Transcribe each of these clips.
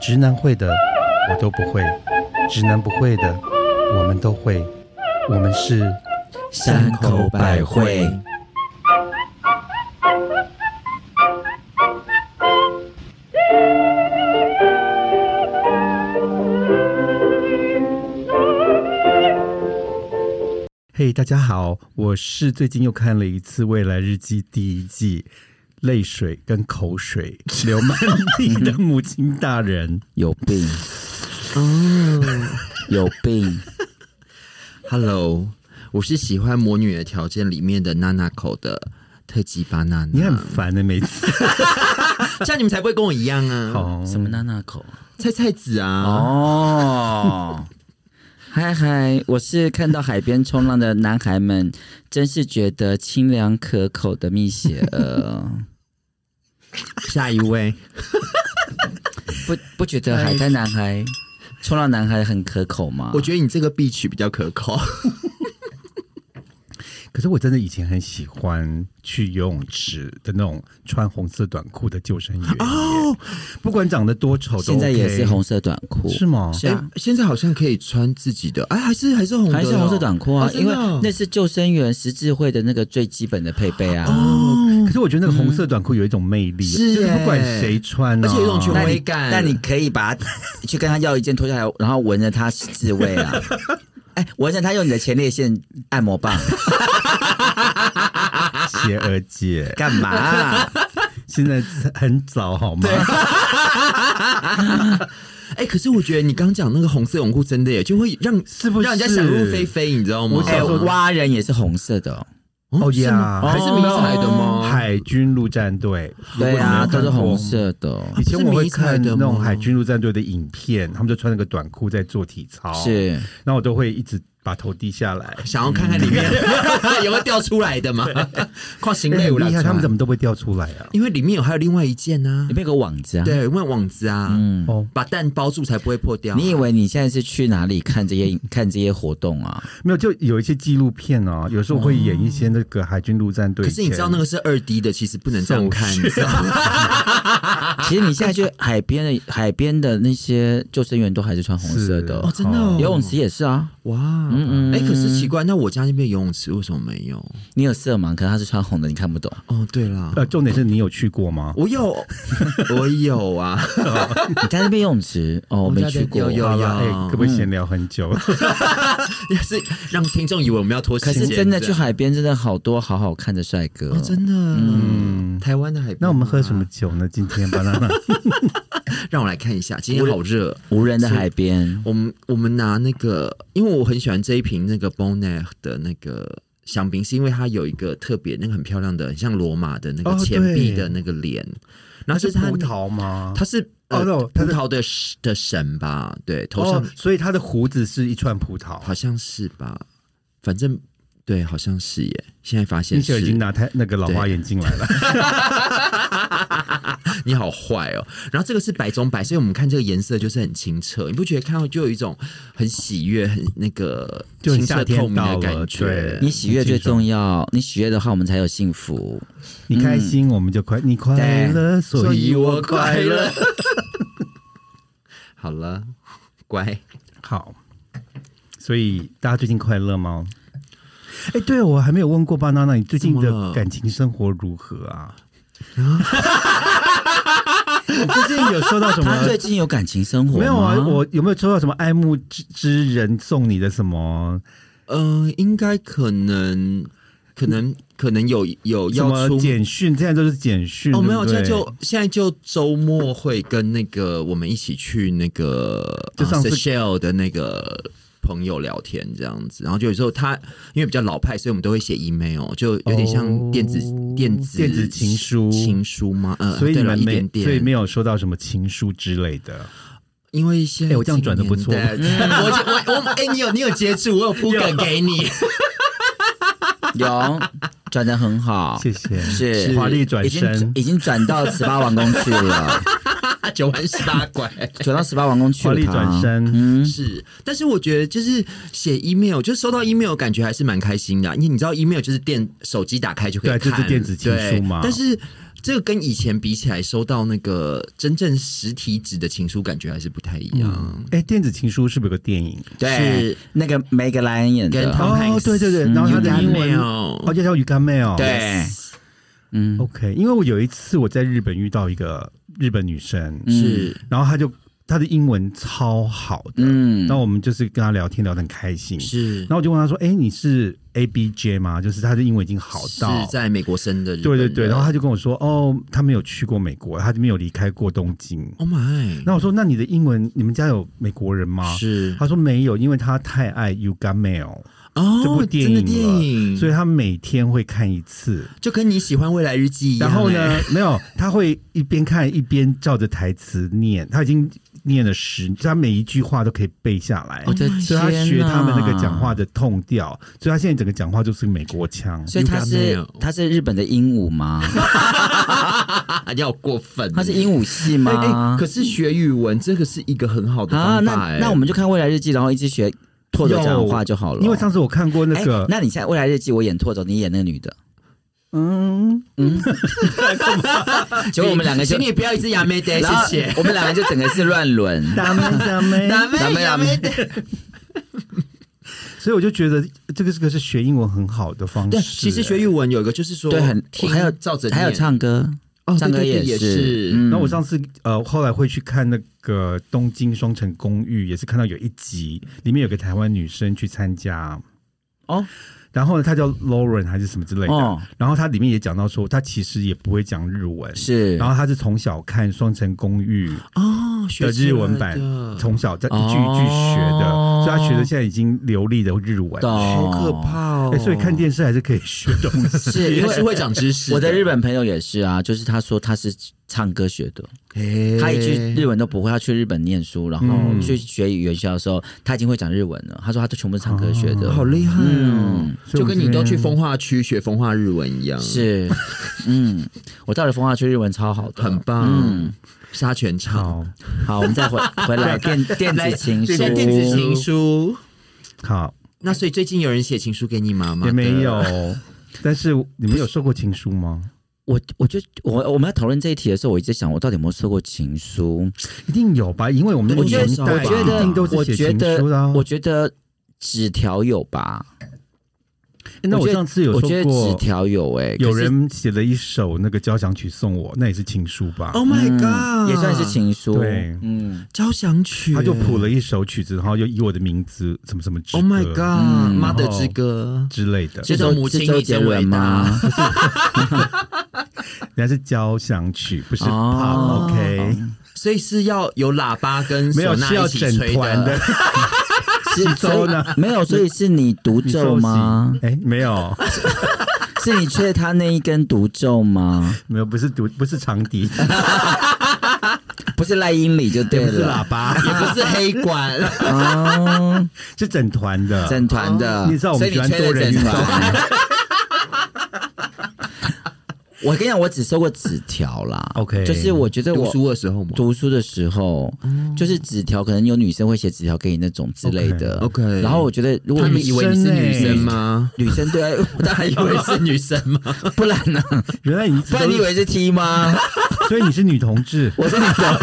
直男会的我都不会，直男不会的我们都会，我们是山口百惠。嘿大家好，我是最近又看了一次《未来日记》第一季，泪水跟口水流满地的母亲大人。有病，哦，有病。Hello，我是喜欢《魔女的条件》里面的娜娜口的特级巴娜你很娜，烦的、每次。 哦这样你们才不会跟我一样啊！ 好，什么娜娜口？菜菜子啊，哦，嗨嗨，我是看到海边冲浪的男孩们，真是觉得清凉可口的蜜雪呃儿，下一位， 不不觉得海滩男孩、冲浪男孩很可口吗？我觉得你这个必曲比较可口。可是我真的以前很喜欢去游泳池的那种穿红色短裤的救生员哦，不管长得多丑，现在也是，红色短裤，是吗？是啊。诶哎现在好像可以穿自己的，哎，还是还是红的哦，还是红色短裤啊，哦真因的为哦那是救生员十字会的那个最基本的配备啊。哦，可是我觉得那个红色短裤有一种魅力，嗯是就是不管耶谁穿、啊，而且有一种权那威你感那你可以把它去跟他要一件脱下来，然后闻着它是自慰啊。哎，闻着它用你的前列腺按摩棒啊邪恶姐，干嘛、 现在很早好吗？啊哎、可是我觉得你刚讲那个红色泳裤真的耶，就会让是不是让人家想入非非，你知道吗我？哎、小时候蛙人也是红色的哦、哦呀，还是迷彩的吗？海军陆战队，对啊，如果都你没有看过是红。色的哦、以前我会看那不是迷彩的种吗海军陆战队的影片，他们就穿那个短裤在做体操，，是然后我都会一直把头低下来。想要看看里面 有没有掉出来的嘛？跨行哎类很舞啦厉害，，他们怎么？么都不会掉出来啊？因为里面有还有另外一件呢、里面有个网子啊。对，问网子啊，嗯，哦，把蛋包住才不会破掉。啊你以为你现在是去哪里看这些看这些活动啊？没有，就有一些纪录片啊，有时候会演一些那个海军陆战队。可是你知道那个个是二 D 的，其实不能这样看，你知道吗？其实你现在去海边的 海边的那些救生员都还是穿红色的哦 哦，真的哦游泳池也是啊。哇，嗯嗯哎、可是奇怪，那我家那边游泳池为什么没有？你有色盲，可是他是穿红的，你看不懂。哦，对啦，呃，重点是你有去过吗？我有， 我有啊。你在那边游泳池哦，我我家没的去过。有有好啦，有哎，可不可以闲聊很久？也是让听众以为我们要拖时可间。是真的这去样海边，真的好多好好看的帅哥。哦，真的，嗯，台湾的海 边。那我们喝什么？酒呢？今 天 banana 让我来看一下，今天好热。无人的海边，我们我们拿那个，因为我很喜欢这一瓶那个 Bonnet 的那个香槟，是因为它有一个特别那个很漂亮的，很像罗马的那哦个对钱币的那个脸，然后是是它葡，萄吗？它是呃哦，no，它葡是萄的的神吧？对，头哦上，所以他的胡子是一串葡萄。好像是吧，反正对，好像是耶。现在发现蜜雪是儿已经拿太那个老花眼镜来了， 你好坏哦。然后这个是白中白，所以我们看这个颜色就是很清澈，你不觉得看到就有一种很喜悦、很那个就很清澈夏天透明到的了感觉对？你喜悦最重要。你喜悦的话，我们才有幸福。 你开心我们就快，你快乐，嗯所以我快乐。。 好了，乖，好，所以大家最近快乐吗？哎，对我还没有问过巴娜娜，你最近怎么的了感情生活如何啊？ 你最近有收到什他么最？近有感情生活吗没有啊，我有没有收到什么爱慕之之人送你的什么嗯、应该可能，可能，可能有有什要么出。简讯？现在都是简讯哦，没有，对现不对在就现在就周末会跟那个我们一起去那个就上次 s h e l l 的那个朋友聊天这样子，然后就有时候他因为比较老派，所以我们都会写 email，就有点像电子、哦电子电子情书情书吗？嗯，所以你对了们一没，点点，所以没有收到什么情书之类的。因为现在哎我这样转得不错今 年代我我我哎、你有你有接触，我有铺梗给你，有转的很好，谢谢是华丽转已身经已经转到十八王宫去了， 九弯十八拐。转到十八王宫去华了。丽转他，身， 嗯是，但是我觉得就是写 email，就收到 email 感觉还是蛮开心的啊、因为你知道 email 就是电手机打开就可以对看，就是电子情书对嘛但是这个跟以前比起来，收到那个真正实体纸的情书，感觉还是不太一样。哎、电子情书是不是有个电影？对是那个梅格莱恩演跟的， Tom 哦， Hanks 嗯对对对，然后他的英文 Mail 哦，就叫 You Got Mail。对，嗯， ，OK，因为我有一次我在日本遇到一个日本女生，嗯是然后她就她的英文超好的，嗯然后我们就是跟她聊天聊得很开心，是然后我就问她说：“哎、你是 A B J 吗？就是她的英文已经好到是。”在美国生的日本对人，对对，然后她就跟我说：“哦，她没有去过美国，她没有离开过东京。 Oh my，那我说：“那你的英文，你们家有美国人吗？”是她说：“没有，因为她太爱《You Got Mail》。哦，这部电真影的了电影，所以他每天会看一次。就跟你喜欢未来日记一样。然后哎？呢，没有，他会一边看一边照着台词念，他已经念了十，他每一句话都可以背下哦来。我的所以他学天哪他们那个讲话，的痛调，所以他现在整个讲话就是美国腔。所以他 You 是 got mail 他是日本的鹦鹉吗？啊， 要过分，他是鹦鹉系哎 哎吗可？是学语文这个是一个很好的啊，方法那哎。那我们就看未来日记，然后一直学拓着讲话就好了。因为上次我看过那哎个，那你现在未来日记我演拓着，你演那个女的，嗯，结果我们两个就请，啊你不要一直亚美得，然后谢谢。我们两个就整个是乱 伦。大妹大亚 妹，美亚美亚美得， 所以我就觉得这个这个是学英文很好的方式。对，其实学语文有一个就是说，对，很听还有照着念还有唱歌，哦，对唱歌对对也也是嗯，那我上次呃后来会去看那个《东京双城公寓》，也是看到有一集里面有个台湾女生去参加，哦然后呢她叫 Lauren 还是什么之类的，哦然后她里面也讲到说她其实也不会讲日文，是然，后她是从小看《双城公寓》哦，学的起日文来版的，从小在一句一句学的，哦所以她学的现在已经流利的日文。懂好可怕哎哦！所以看电视还是可以学东西。是因 也为是会长知识。我的日，本朋友也是啊，就是他说他是唱歌学的，他一句日文都不会，他去日本念书，然后嗯去学语言学校的时候，他已经会讲日文了。他说他都全部是唱歌学的，好厉害哦嗯！所以就我跟们你这都边去风化区学风化日文一样，是，嗯，我到了风化区日文超好的，很棒。嗯，沙泉唱，好好，我 们再回回来电电子情书，现在电子情书。好那所以最近有人写情书给你妈妈？也没有，，但是你们有收过情书吗？我我就我我们要讨论这一题的时候，我一直想我到底有没有收过情书？一定有吧？因为我们那我个觉得年我代，觉得一定都是我写觉情书的、得啊。我觉得纸条有吧？欸那我我觉得上次有我觉说得纸过，条有哎，有可是人写了一首那个交响曲送我，那也是情书吧？ Oh my 嗯 god，也算是情书，对嗯，交响曲，他就谱了一首曲子，然后又以我的名字什么什么之 Oh my 歌 god，嗯妈的之歌，之类的，这种母亲是周你杰真伟 伦吗？人家是交响曲，不是哦 pop，OK？所以是要有喇叭跟没有唢呐是要一起整吹团的，是周呢？没有，所以是你独你说奏吗是？？哎，没有，是你吹他那一根独奏吗？没有，不是独，不是长笛，不是赖英里就对也不是啊了啊喇叭， 也不 是黑管， 哦，是整团的。整团的哦你。知道我所们以喜你欢吹多了人整运动，团。 我跟你讲，我只收过纸条啦。 OK 就是我觉得读我书的时候吗读书的时候，嗯就是纸条，可能有女生会写纸条给你那种之类的。 OK，然后我觉得，如果他们以为你是女生吗？ 女生对 啊，大家以为是女生吗？不然呢？原来你一直不然都你以为是 T 吗？所以你是女同志我是女的，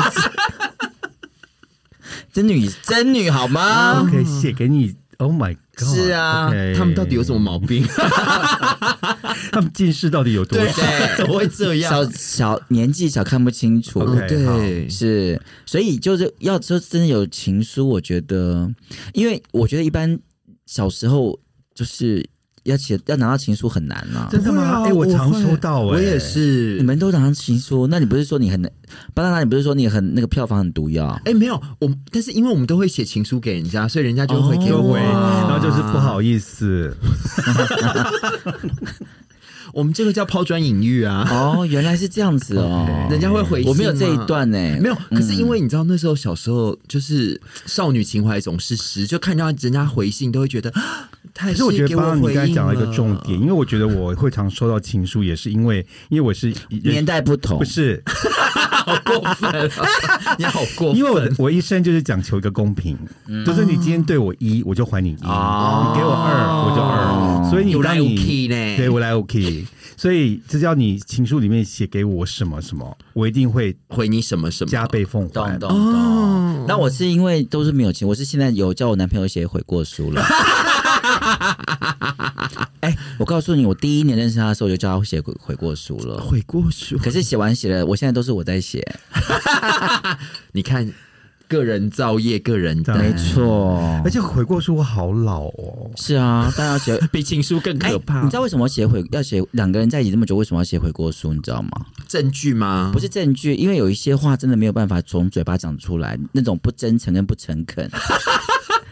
真女真女好吗？ ，OK，写给你，Oh my God，是啊 OK 他们到底有什么 毛病？他们近视到底有多 对少？，怎么会这小 样？小年纪小看不清楚 OK，对，是，所以就是要说真的有情书，我觉得，因为我觉得一般小时候就是要写要拿到情书很难啊。真的不会吗？啊哎、我我会常收到、哎，我也。是你。们都拿到情书，那你不是说你很巴拿拿？你不是说你很那个票房很毒药？ 哎、没有我，但是因为我们都会写情书给人家，所以人家就会给就我会，们。哦然后就是不好意思， 我们这个叫抛砖引玉啊，哦，原来是这样子 哦 OK， 人家会回信吗我没有这一。段呢、欸嗯没有，可是因为你知道那时候小时候就是少女情怀总是诗，就看到人家回信都会觉得，啊太可是我觉得给刚我刚你回刚才应讲了一个重了，点，因为我觉得我会常收到情书，也是因为因为我是年代不同，不是 好过分啊，你好过因分为我的我一生就是讲求一个公平，就是你今天对我一，我就还你一；嗯哦你给我二，我就二。所以你有来当你有去呢对我来 OK。所以这叫你情书里面写给我什么什么，我一定会回你什么什么加倍奉还懂。懂懂。那我是因为都是没有钱，我是现在有叫我男朋友写悔过书了。哎、我告诉你，我第一年认识他的时候，我就叫他写悔悔过书了。悔过书，可是写完写了，我现在都是我在写，你看个人造业，个人对啊的没，错而且悔过书我好老哦，是啊，但要写。比情书更哎可怕。你知道为什么写悔要写两个人在一起这么久，为什么要写悔过书？你知道吗？证据吗？不是证据，因为有一些话真的没有办法从嘴巴讲出来，那种不真诚跟不诚恳，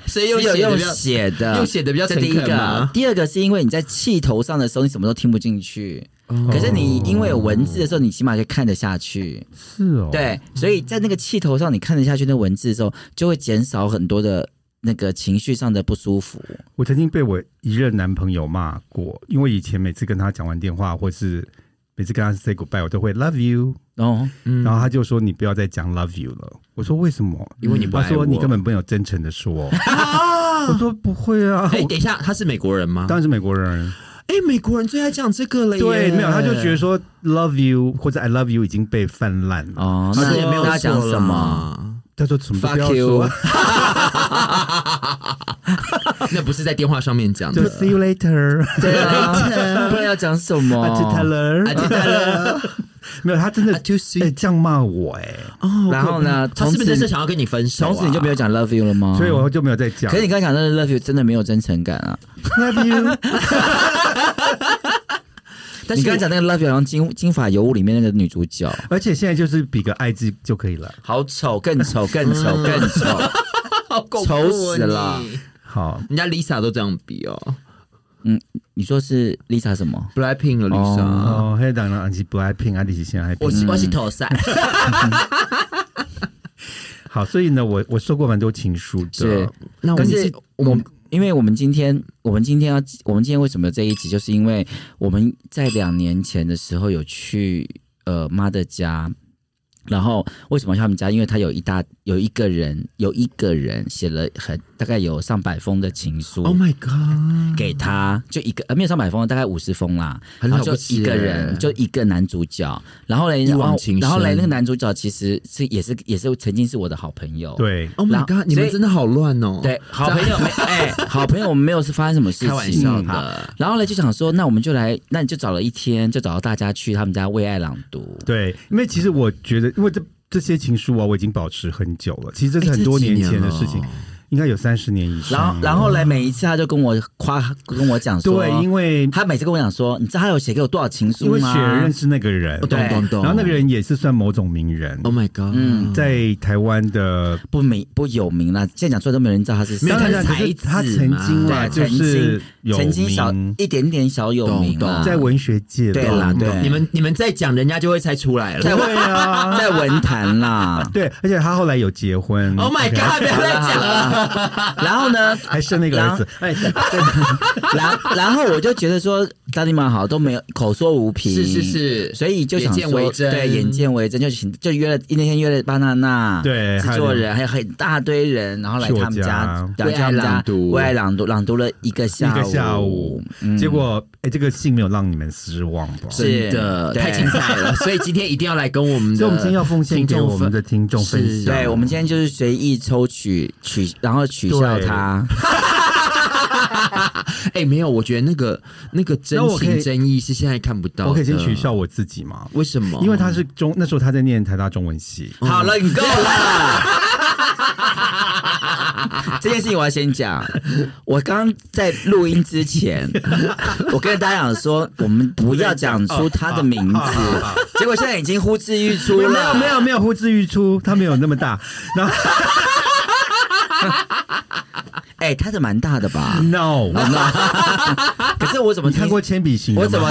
谁只又有写用的比较写的，又写得比较这第一诚恳个吗，第二个是因为你在气头上的时候，你什么都听不进去。哦可是你因为有文字的时候，你起码可以看得下去，是哦，，对，所以在那个气头上，你看得下去那文字的时候，就会减少很多的那个情绪上的不舒服。我曾经被我一任男朋友骂过，因为以前每次跟他讲完电话，或是每次跟他 say goodbye，我都会 love you，哦，嗯然后他就说你不要再讲 love you 了。我说为什么？因为你不爱他我说你根本没有真诚的说。我说不会 啊，哎，我等一下，他是美国人吗？当然是美国人。哎，美国人最爱讲这个了耶。对，没有，他就觉得说 love you 或者 I love you 已经被泛滥了。哦，那那也没有那要讲错什么？啦？他说什么都不 Fuck 要 you 说，那不是在电话上面讲就的。 see you later，对啊，不然要讲什哦啊，知道么？了， 没有，他真的啊，too sweet 哦哎这样骂我哎，然后呢？他从是不此是真是想要跟你分手啊？从此你就没有讲 love you 了吗？所以我就没有再讲可是你刚才讲的 love you 真的没有真诚感啊！ love you。但是你刚才讲那个 love you 好像金金发尤物里面那个女主角，而且现在就是比个爱字就可以了。好丑，更 丑，更丑，嗯更丑。好恐怖丑死哦了你好，人家 Lisa 都这样比哦你说是 Lisa 什么？ ，Blackpink 的 Lisa，哦，黑当然是不爱拼，啊，你是现在还拼我是我是头塞，好，所以呢，我我收过蛮多情书是的， 那可我是啊我们，因为我们今天，我们今天要，我们今天为什么有这一集，就是因为我们在两年前的时候有去呃妈的家，然后为什么去他们家？因为他有一大有一个人，有一个人写了很大概有上百封的情书。 Oh my God，给他就一个呃没有上百封，大概五十封啦，很然了不后就起一个耶人，就一个男主角，然后嘞，一然往后情然后嘞，深那个男主角其实是也是也是曾经是我的好朋友，对， Oh 然 my 后 God，你所们以真的好乱哦，对，好朋友没哎，好朋友没有是发生什么事情，开玩笑好的，然后嘞就想说，那我们就来，那你就找了一天，就找到大家去他们家为爱朗读，对，因为其实我觉得，因为这这些情书啊，我已经保持很久了，其实这是很多年前的事情，哎应该有三十年以上。然后然后嘞每一次他就跟我夸跟我讲说，对，因为他每次跟我讲说，你知道他有写给我多少情因书为雪儿吗认？识那个人，这几年了对哦懂懂懂，然后那个人也是算某种名人， ，Oh my God，嗯在台湾的。不明不有名啦，现在讲出来都没有人知道他是谁。当他是然，可是才他子曾经嘛啦，对，就曾是经有曾经小名，一点点小有名啦懂懂在文学界对啦啦，嗯对你们你们再讲，人家就会猜出来了。对啊，。在文坛啦 对，而且他后来有结婚 Oh my OK， God，不要再讲了。然后呢，还生了一个儿子，哎，然然后我就觉得说，大地妈好都没有口说无凭，是是，是，所以就想眼见说，为真对，眼见为真，就请就约了那天约了巴娜娜，对制作人还有很大堆人，然后来去我他们家家，对去他为爱们朗家读为爱朗读，朗读了一个一下个午，下午，结果哎，这个信没有让你们失望吧？所是真的对太精彩 了。所以今天一定要来跟我们的，以我们今天要奉献给我们的听众分是享，对，我们今天就是随意抽取取，然后取笑对他。哎，没有，我觉得那个那个真那我可以情真意是现在看不到的。我可以先取笑我自己吗？为什么？嗯因为他是中那时候他在念台大中文系，哦好了，你够了。这件事情我要先讲。我刚刚在录音之前，我跟大家讲说，我们不要讲出他的名字。结果现在已经呼之欲出没有了。没有没有没有呼之欲出，他没有那么大，然后？哎、他的蛮大的吧 no，可是我怎么你听看过？铅笔型的吗？我怎么？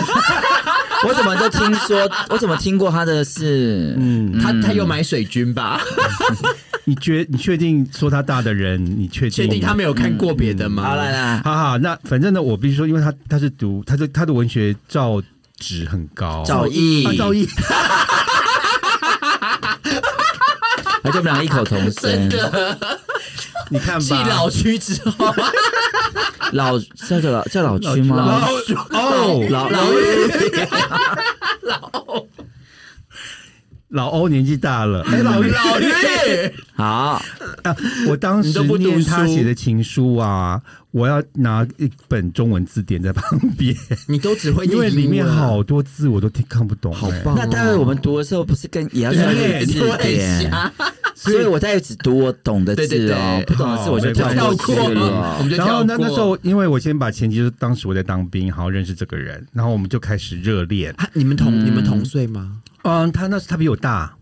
我怎么都听说？我怎么听过他的事？嗯，他他有买水军吧？嗯你确你确定说他大的人，你确定确定他没有看过别的吗？嗯好了啦，好好，那反正呢，我必须说，因为他他是读，他的他的文学造诣很高，赵毅啊，造诣，而且我们两个异口同声，你看继吧老，区之 后，老叫做老叫老区吗？老哦欧老老 老欧年纪大了，哎，老老岳好，我当你时都不读念他书写的情书啊，我要拿一本中文字典在旁 边， 你都只会念因为里面英文好多字我都听看不懂、好哎棒啊那待会我们读的时候不是跟也要说对字典？所以我在只读我懂的对对字哦对，不懂的字我就跳跳过，嗯过去我了。哦们就然跳后过。那那时候，因为我先把前提就是当时我在当兵，然后认识这个人，然后我们就开始热恋。啊，你们同、你们同岁吗？哎嗯，他那时他比我大，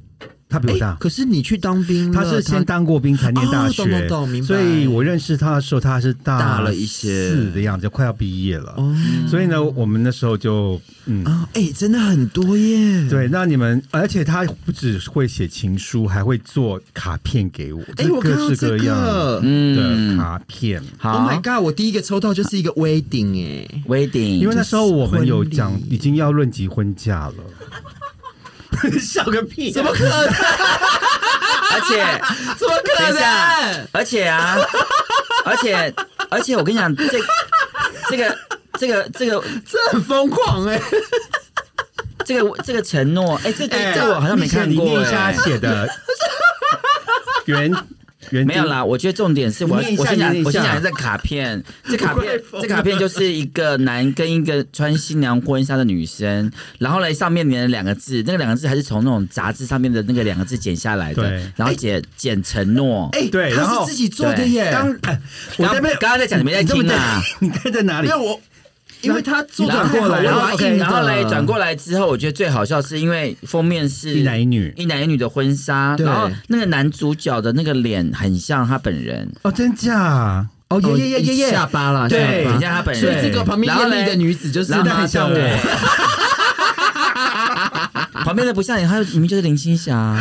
他比我大，可是你去当兵了，他是先当过兵才念大哦懂学懂懂明，白所以我认识他的时候他是大大了一些四的样子，快要毕业了。哦所以呢，我们那时候就嗯。啊，哎、真的很多耶。，对，那你们，而且他不只会写情书，还会做卡片给我，哎、这我看各到式各这样个。的嗯，卡片。 Oh 好 my god！我第一个抽到就是一个 wedding 哎、 ，wedding，因为那时候我们有讲婚礼已经要论及婚嫁了，笑个屁！怎么可能？而且怎么可等一下能？，而且啊，而且而且我跟你讲，这这个这个这个这很疯狂哎、这个这个承诺，哎、这哎这这我好像没看你写过、你念一下哎。写的原原没有啦，我觉得重点是我你念一下我先讲你念一下我先讲这卡片， 这卡我快片疯了这卡片就是一个男跟一个穿新娘婚纱的女生，然后呢上面粘了两个字，那个两个字还是从那种杂志上面的那个两个字剪下来的对，然后剪剪承诺。哎、对他然后是自己做的耶。当哎我在刚那边刚刚在讲你没在听啊你在 在哪里没？有我，因为他做的然后太好转过了来然我后哎要硬的然后嘞转过来之后，我觉得最好笑是因为封面是一男一女一男一女的婚纱，对然后那个男主角的那个脸很像他本人，哦，真假？哦哦耶耶耶耶耶！下巴啦，对下巴很像他本人。所以这个旁边艳丽的女子就是然后真的嘞很像我然后嘞旁边的不像你，他明明就是林青霞，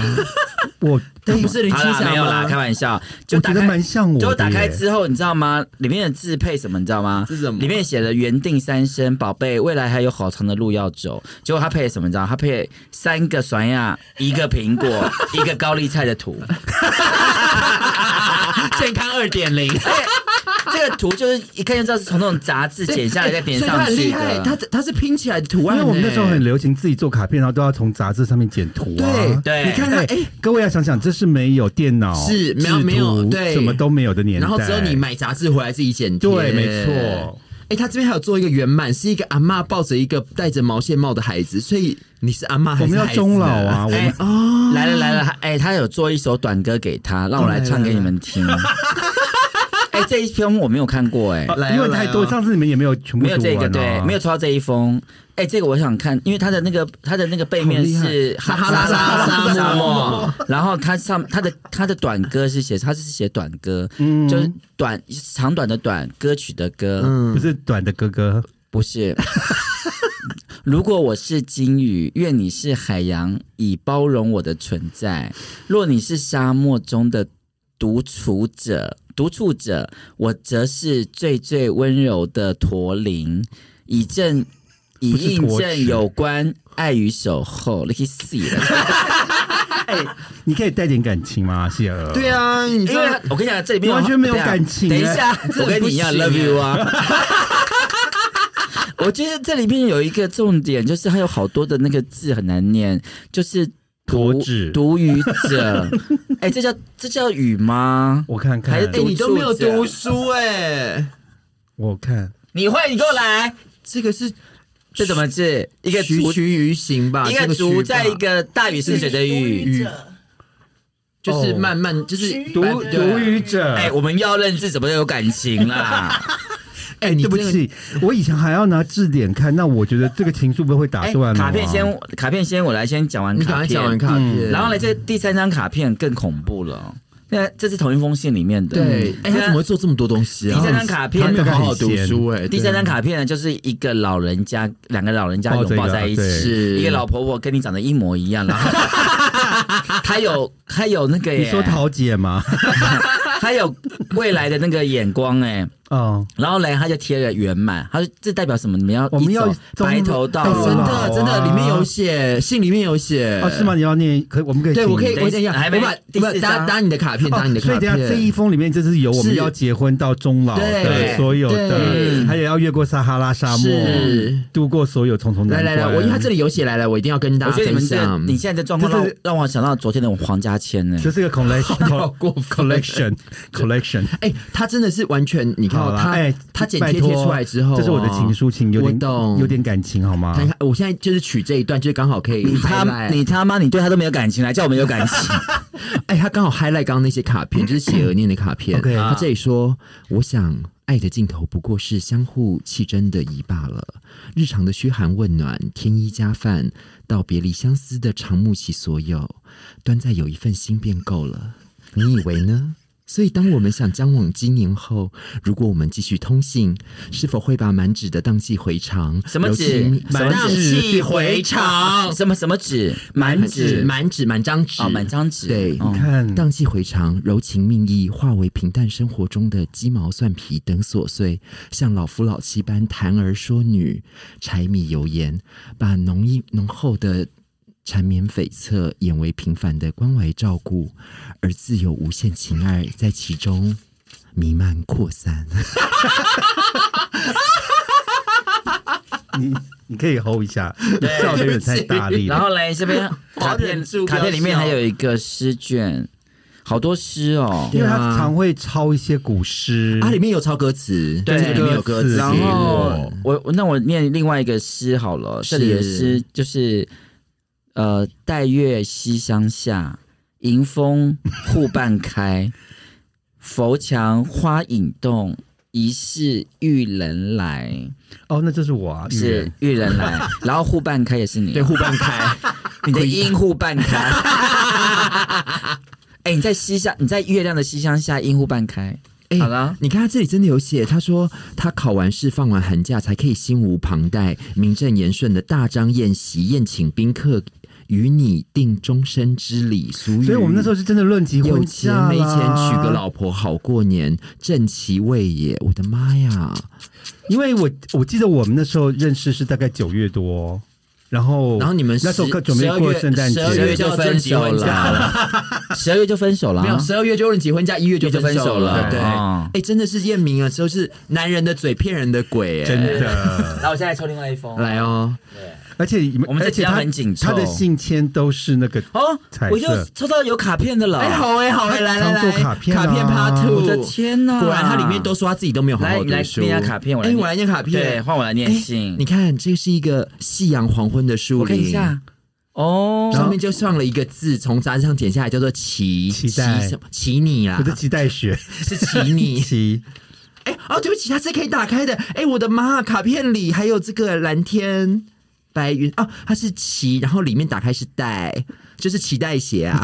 我他不是林青好啦霞吗没有啦，开玩笑，就我打觉得开蛮。像我的耶，就打开之后，你知道吗？里面的字配什么？你知道吗？是什么里面写的“原定三生，宝贝，未来还有好长的路要走”。结果他配什么？你知道？他配三个酸亚，一个 苹果，一个高丽菜的图。 健康二点零，这个图就是一看就知道是从那种杂志剪下来再哎点所以他 上很去厉害，他的。他是拼起来的图因案为呢。我们那时候很流行自己做卡片，然后都要从杂志上面剪图啊对。对你看他哎，各位要想想，这是没有电脑，是没有制图没有对什么都没有的年代。然后只有你买杂志回来自己剪贴，对，没错。。哎，他这边还有做一个圆满，是一个阿嬷抱着一个戴着毛线帽的孩子，所以你是阿嬷还我是们要孩子呢终老啊，我哎们哦，来了来了，哎、他有做一首短歌给他，让我来唱给你 们听。哎、这一篇我没有看过、哎、来啊因为太多，来啊上次你们也没有全部没有这读完个，啊对，没有抽到这一封。哎、这个我想看，因为它的那个它的那个背面好是哈拉沙沙沙漠，然后它上它的它的短歌是写，它是写短歌，嗯就是短长短的短，歌曲的歌，嗯不是短的哥哥，不是。 如果我是鲸鱼，愿你是海洋，以包容我的存在；若你是沙漠中的独处者，独处者，我则是最最温柔的驼铃，以证以不是印驼证指有关爱与守候。你可以死了，你可以带点感情吗？谢尔，对，啊，你因知为道它我跟你讲，这里面完全没有感情等一哎下，这我跟你一样不行 love you 啊。 我觉得这里面有一个重点，就是它有好多的那个字很难念，就是驼独指独语者。哎、这叫这叫语吗？我看看还是，哎，你都没有独处者读书哎，我看你会，你给我来，这个是这怎么字？一个徐竹，徐于行吧，一这个徐啊竹，吧在一个大禹治水的禹。鱼就是慢慢就是独对独语嗯者，哎、我们要认字，怎么有感 情啦？哎，你对不这个起，我以前还要拿字典看，那我觉得这个情书不会打哎、断卡吗片先，卡片先，我来先讲完你赶卡快片。讲完卡嗯片，然后呢，这第三张卡片更恐怖了。那这是同一封信里面的。对，哎，嗯他怎么会做这么多东西啊？第三张卡片他没有好好读书哎，第三张卡片呢，就是一个老人家，两个老人家抱着拥抱一个在一对起，是一个老婆婆跟你长得一模一样，然 后她有她有那个耶，你说桃姐吗？ 她有未来的那个眼光哎，嗯，然后嘞，他就贴了圆满，他说这代表什么？你们要我们一要走中白头到到老，真老啊的真的，里面有写，信里面有写，哦，是吗？？你要念，可我们可以呃对，听我可以，等我一下等一下，还没我把第我把四打张打你的卡片，打你的哦所卡以等一下片。这一封里面就是有我们是要结婚到终老的对所有的，对还有要越过撒哈拉沙漠是，度过所有重重难来关。来来，我因为他这里有写来来，我一定要跟大我家觉得你分们这个享。你现在这状况这让是我让我想到昨天的黄家千呢、这是个 collection 过分 collection collection。哎、他真的是完全，你看好哦了，他、哎，他剪拜贴托贴出来之后哦、这是我的情书，请有我点懂有点感情好吗看？看，我现在就是取这一段，就是刚好可以嗯你他 highlight 你他妈，你对他都没有感情，来叫我们有感情？哎，他刚好 highlight 刚刚那些卡 片，就是写额念的卡片。 OK 他这里说，我想爱的尽头不过是相互气真的一罢了。日常的嘘寒问暖、添衣加饭，到别离相思的长慕其所有，端在有一份心便够了。你以为呢？ 所以，当我们想将往今年后，如果我们继续通信，是否会把满纸的荡气回肠？什么柔纸情？满荡纸气回哦肠？什么什么纸？满满纸、纸？满纸、满张纸、哦，满张纸。对哦你看，荡气回肠，柔情蜜意，化为平淡生活中的鸡毛蒜皮等琐碎，像老夫老妻般谈儿说女，柴米油盐，把浓意浓厚的缠绵悱恻演为平凡的关怀照顾，而自有无限情爱在其中弥漫扩散。你你可以 hold 一下，你哦笑的有点太大 力 然了。后嘞，这 边卡我片忍住不卡要片里面笑还有一个诗卷，好多诗哦。因为他对啊常会抄一些古诗，啊，里面有抄歌词，对这个里面有歌词，然然后哦我我那我念另外一个诗好了，这里的是诗就是呃，待月西厢下，迎风户半开，佛墙花影动，疑是玉人来，哦，那就是我啊，愚是人玉人来， 然后户半开也是你对，啊，互半开，你的阴户半开。哎、你在西厢，你在月亮的西厢下，阴户半开。哎好了，你看他这里真的有写，他说他考完试、放完寒假才可以心无旁贷、名正言顺的大张宴席宴请宾客，与你定终身之礼。俗语，所以我们那时候是真的论及有婚钱嫁没钱啦娶个老婆好过年，正其位也。我的妈呀！因为我我记得我们那时候认识是大概九月多，然后然后你们那时候十快准备过圣诞节，十二月就分手了，十二月就分手了啊，没有，十二月就论及婚嫁，一月就一月就分分手手了了。对，哦哎、真的是验明了，就是男人的嘴骗人的鬼、哎，真的。然后我现在抽另外一封来哦，而且你们我们这而且集要他很紧凑他的信签都是那个哦彩，色我就抽到有卡片的了。哎、好哎、好哎、来来常做来，卡片啊卡片 Part Two，我的天哪！果然他里面都说他自己都没有好来好你来读书。念一下卡片，我来哎，我来念卡对，片。换我来念信。你看，这是一个夕阳黄昏的树我林，看一下哦，上面就上了一个字，从杂志上剪下来，叫做“奇期待奇什么奇你啦不，是脐带血， 是奇你。脐哎，哦，对不起，它是可以打开的。哎，我的妈，卡片里还有这个蓝天白云哦，它是奇，然后里面打开是带，就是脐带鞋啊。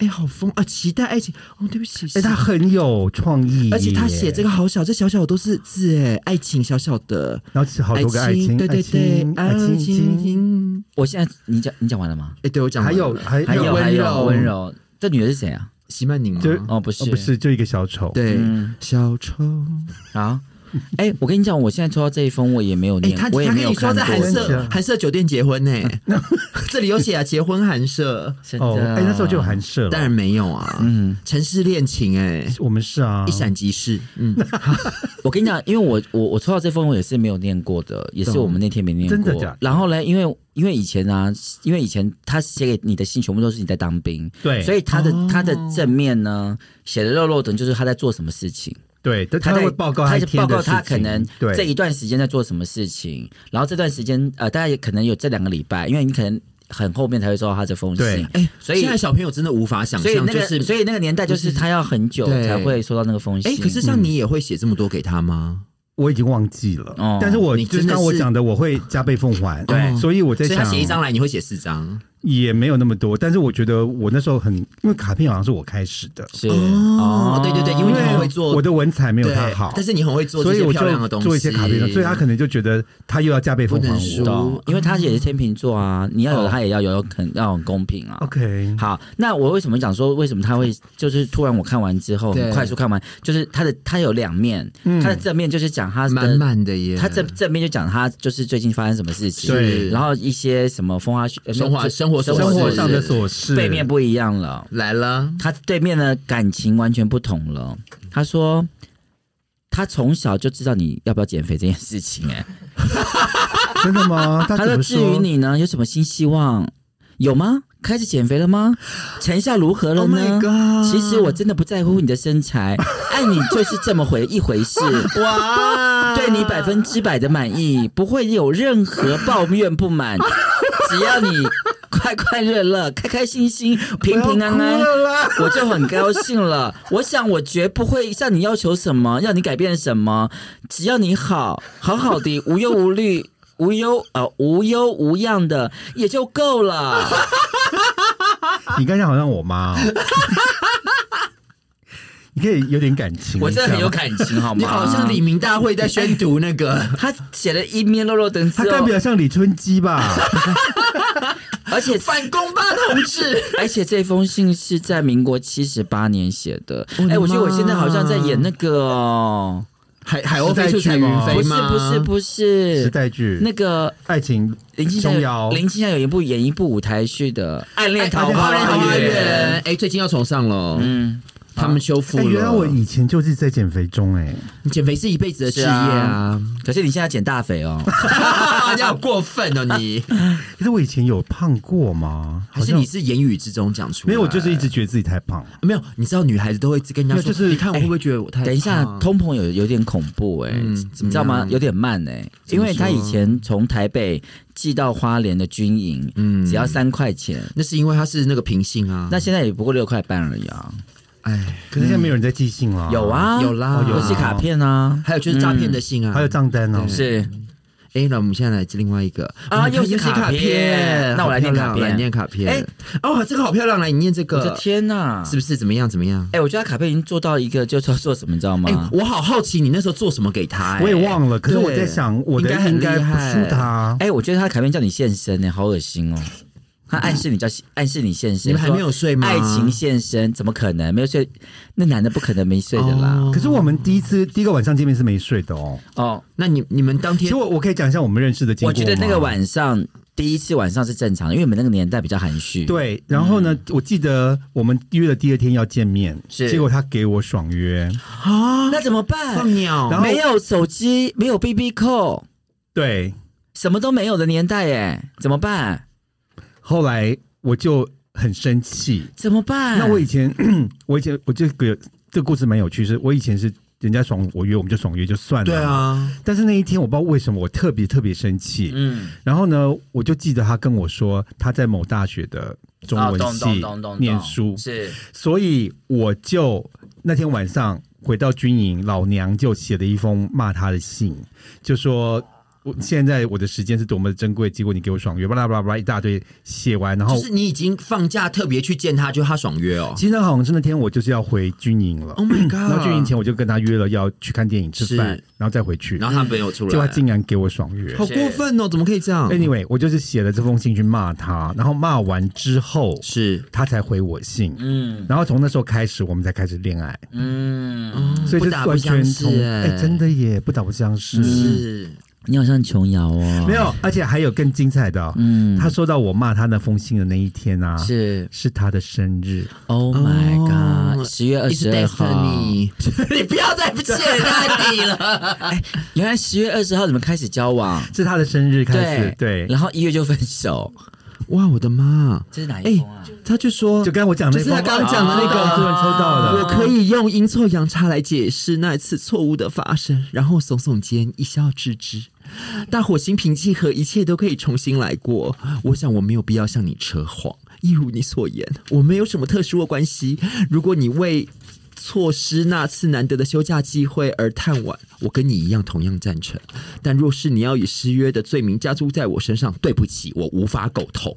哎，好疯啊！期待爱情哦，对不起，哎，他很有创意，而且他写这个，个好小，这小小的都是字哎，爱情小小的，然后是好多个爱情，对对对，爱爱情，爱情，情。我现在你讲你讲完了吗？哎，对我讲还完了有还还有温还有柔温柔，这女的是谁啊？席曼宁吗就？哦，不是哦不是就一个小丑，对嗯，小丑。好。哎，我跟你讲，我现在抽到这一封，我也没有哎，念他，我也他没跟有你说看在过。韩我也没有舍看韩舍酒店结婚呢， 这里有写啊，结婚韩舍，真哦，的，哎，那时候就有寒舍了，当然没有啊，嗯，城市恋情哎，我们是啊一，闪即逝， 嗯，我跟你讲，因为我我我抽到这封我也是没有念过的，也是我们那天没念过。真的假的然后呢，因为因为以前啊，因为以前他写给你的信全部都是你在当兵，对，所以以他的、哦他的正面呢写的肉肉等就是他在做什么事情，对，但他在会报告他一就天报的告他事可情能这对一段时间在做什么事情，然后这段时间呃，大概也可能有这两个礼拜，因为你可能很后面才会收到他这封对信，哎，所以现在小朋友真的无法想所以象，那就个、是所以那个年代就是他要很久对才会收到那个封信。哎，可是像你也会写这么多给他吗？我已经忘记了哦，但是我你就真是的刚我是讲的，我会加倍奉还，嗯对所以我在所以他想，写一张来，你会写四张，也没有那么多，但是我觉得我那时候很，因为卡片好像是我开始的，是哦，对对对，因为你很会做，我的文采没有他对好，但是你很会做这所以些我漂亮的就东西，做一些卡片，所以他可能就觉得他又要加倍奉还不能我。输懂，因为他也是天秤座啊，你要有哦的他也要有，要肯要很公平啊。 OK，好，那我为什么讲说为什么他会就是突然我看完之后对很快速看完，就是他的他有两面，嗯他的正面就是讲他满的。满的耶，他正正面就讲他就是最近发生什么事情，对然后一些什么风花雪呃生活这生活生活是上的琐事，背面不一样了，来了，他对面的感情完全不同了。他说他从小就知道你要不要减肥这件事情、哎，真的吗？他他怎说么至于说？你呢，有什么新希望？有吗？开始减肥了吗？成效如何了 Oh my 呢 god 其实我真的不在乎你的身材，爱你就是这么回一回事。哇，对你百分之百的满意，不会有任何抱怨不满，只要你快快乐乐、开开心心、平平安安， 我就很高兴了。我想我绝不会向你要求什么，要你改变什么，只要你好好好的，无忧无虑。 无忧呃无忧无恙的也就够了，你刚才好像我妈、 哦，你可以有点感情，我真的很有情。感情，好吗？你好像李明大会在宣读那 个他写了一面肉肉等之他干后比，较像李春基吧？而且反攻吧，同志。 而且这封信是在民国七十八年写的。我哎、的我觉得我现在妈好像在演那个哦，海海鸥飞处彩云不飞是吗？不是不时是，代剧，那个爱情林青霞琼瑶有林青霞有一部演一部舞台剧的《暗恋哎桃暗花恋桃花源》源，哎，最近要重上了，嗯，他们修复哎、原来我了。以前就是在减肥中哎、你减肥是一辈子的事业啊，可是你现在减大肥嗯 哦，你好过分哦 你！可是我以前有胖过吗？还好是像你是言语之中讲出来？啊没有，我就是一直觉得自己太胖。没有。你知道女孩子都会一直跟人家没说，哎有就是你看我会不会觉得我太胖……等一下，通膨有有点恐怖哎、哦嗯你怎么知道吗？样有点慢哎、怎因么为他以说前从台北寄到花莲的军营，嗯只要三块钱，那是因为她是那个平性啊。那现在也不过六块半而已啊。哎，可是现在没有人在寄信了、有，啊，有啦哦哦有游啊戏卡片啊，还有就是诈骗的性啊，还有账单哦、是哎，那我们现在来另外一个哦啊哇你看又是卡卡片那我来念卡片好漂亮来念卡片。哎哎，哦，这个好漂亮，来你念这我的个，天呐！啊是不是？怎么样？怎么样？哎、我觉得他卡片已经做到一个，就是要做什么，你知道吗？哎，我好好奇你那时候做什么给他？哎我也忘了。可是对我在想，我的应该很应该厉不害输他。哎、我觉得他卡片叫你现身呢、好恶心哦！他暗示你叫暗示你现身，你们还说没有睡吗爱情现身怎么可能没有睡？那男的不可能没睡的啦。哦可是我们第一次第一个晚上见面是没睡的哦。哦，那你你们当其天实我我可以讲一下我们认识的经过我觉得那个吗晚上第一次晚上是正常，因为我们那个年代比较含蓄。，对，啊然后呢，我记得我们约了第二天要见面，嗯是结果他给我爽约，啊那怎么办？放鸟，然后没有手机，没有 B B 扣，对，什么都没有的年代、哎，怎么办？后来我就很生气。怎么办？那我以前， 我以前我这个这个故事蛮有趣，是我以前是人家爽我约，我们就爽约就算了，对。啊，但是那一天我不知道为什么我特别特别生气，嗯，然后呢，我就记得他跟我说他在某大学的中哦文懂懂系懂懂念懂书，是所以我就那天晚上回到军营，老娘就写了一封骂他的信，就说我现在我的时间是多么的珍贵，结果你给我爽约，巴拉巴拉巴拉一大堆写完，然后就是你已经放假特别去见他，就他爽约哦。其实那好像是那天我就是要回军营了。哦 Oh my 然 god！后军营前我就跟他约了要去看电影、吃饭是，然后再回去。然后他没有出结果他来，竟然给我爽约好。过分哦！怎么可以这样？ Anyway，我就是写了这封信去骂他，然后骂完之后是他才回我信，嗯然后从那时候开始我们才开始恋爱。嗯，所以不这打完不全相识嗯从哎哎、真的耶，不打不相识。是你好像琼瑶哦，没，有，而且还有更精彩的哦、嗯，他收到我骂他那封信的那一天啊，是是他的生日， Oh my 哦 God，十月二，It's 十二号， destiny，你 不要再陷害你了。原来十月二十号你们开始交往，是他的生日开始对，对，然后一月就分手， 哇，我的妈！这是哪哎一封啊？，他就说就，刚刚我讲那就是他封，刚刚讲的那个啊主人抽到我的，可以用阴错阳差来解释那一次错误的发生，然后耸耸肩，一笑置之。大伙心平气和，一切都可以重新来过。我想我没有必要向你扯谎，一如你所言，我们有什么特殊的关系。如果你为错失那次难得的休假机会而叹惋。我跟你一样，同样赞成。但若是你要以失约的罪名加诸在我身上，对不起，我无法苟同。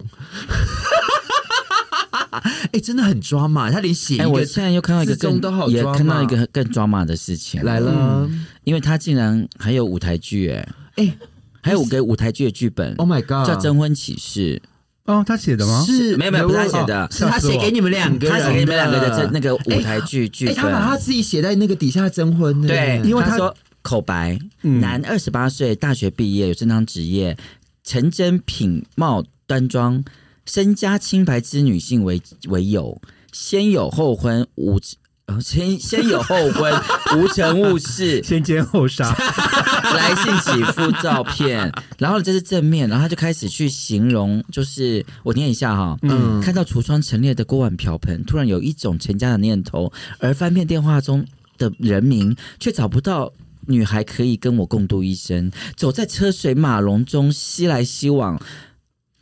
哎、真的很抓嘛，他连写一哎，我个、现在又看到一个自中更都好也抓看到嘛一个更抓马的事情嗯来，了。因为他竟然还有舞台剧，哎，哎、哦还有给舞台剧的剧本 o h Oh my god，叫《征婚启事哦，他写的吗》，？是没有没有，不刘是他写的嗯哦，是他写给你们两个人他的，写给你们两个的这那个舞台剧哎、剧本，他把他自己写在那个底下征婚呢，对，因为他嗯 他说口白，男，二十八岁，大学毕业，有正当职业，成真品貌端庄，身家清白之女性为为友，先有后婚无。呃先先有后婚， 无成物事，先奸后杀，来信几幅 照片，然后这是正面，然后他就开始去形容，就是我念一下哈，嗯看到橱窗陈列的锅碗瓢盆，突然有一种成家的念头，而翻遍电话中的人名，却找不到。女孩可以跟我共度一生，走在车水马龙中，熙来熙往，